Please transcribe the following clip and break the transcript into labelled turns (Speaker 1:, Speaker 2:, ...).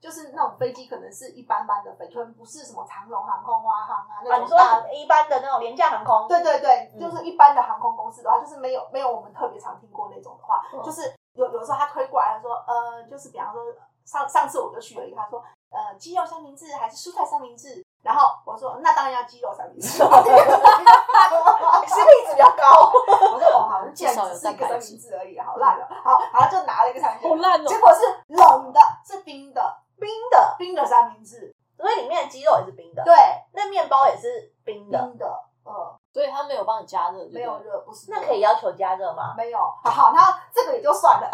Speaker 1: 就是那种飞机可能是一般般的飞，可能不是什么长龙航空、华航啊
Speaker 2: 啊，
Speaker 1: 那
Speaker 2: 你
Speaker 1: 种
Speaker 2: 说
Speaker 1: 大。
Speaker 2: 一般的那种廉价航空，
Speaker 1: 对对对，
Speaker 2: 嗯
Speaker 1: 就是一般的航空公司的话，就是没有没有我们特别常听过那种的话，
Speaker 2: 嗯
Speaker 1: 就是有有时候他推过来他说，呃，就是比方说上上次我就去了一个，他说，呃，鸡肉三明治还是蔬菜三明治，然后我说那当然要鸡肉三明 治，
Speaker 2: 是配置比较高，
Speaker 1: 我说哦好，既然
Speaker 3: 至少有
Speaker 1: 只是一个
Speaker 3: 蛋
Speaker 1: 三
Speaker 3: 白质
Speaker 1: 明治而已，好烂了，好，然后就拿了一个三明治，
Speaker 3: 好烂
Speaker 1: 结
Speaker 3: 哦！
Speaker 1: 果是冷的，是冰的，
Speaker 2: 冰的，
Speaker 1: 冰的三明治，
Speaker 2: 所以里面的鸡肉也是冰的，
Speaker 1: 对，
Speaker 2: 那面包也是冰的，
Speaker 1: 冰的，呃，
Speaker 3: 所以他没有帮你加热，
Speaker 1: 没有热，不是
Speaker 2: 那
Speaker 1: 热
Speaker 2: 可以要求加热吗？
Speaker 1: 没有，好好，那这个也就算了。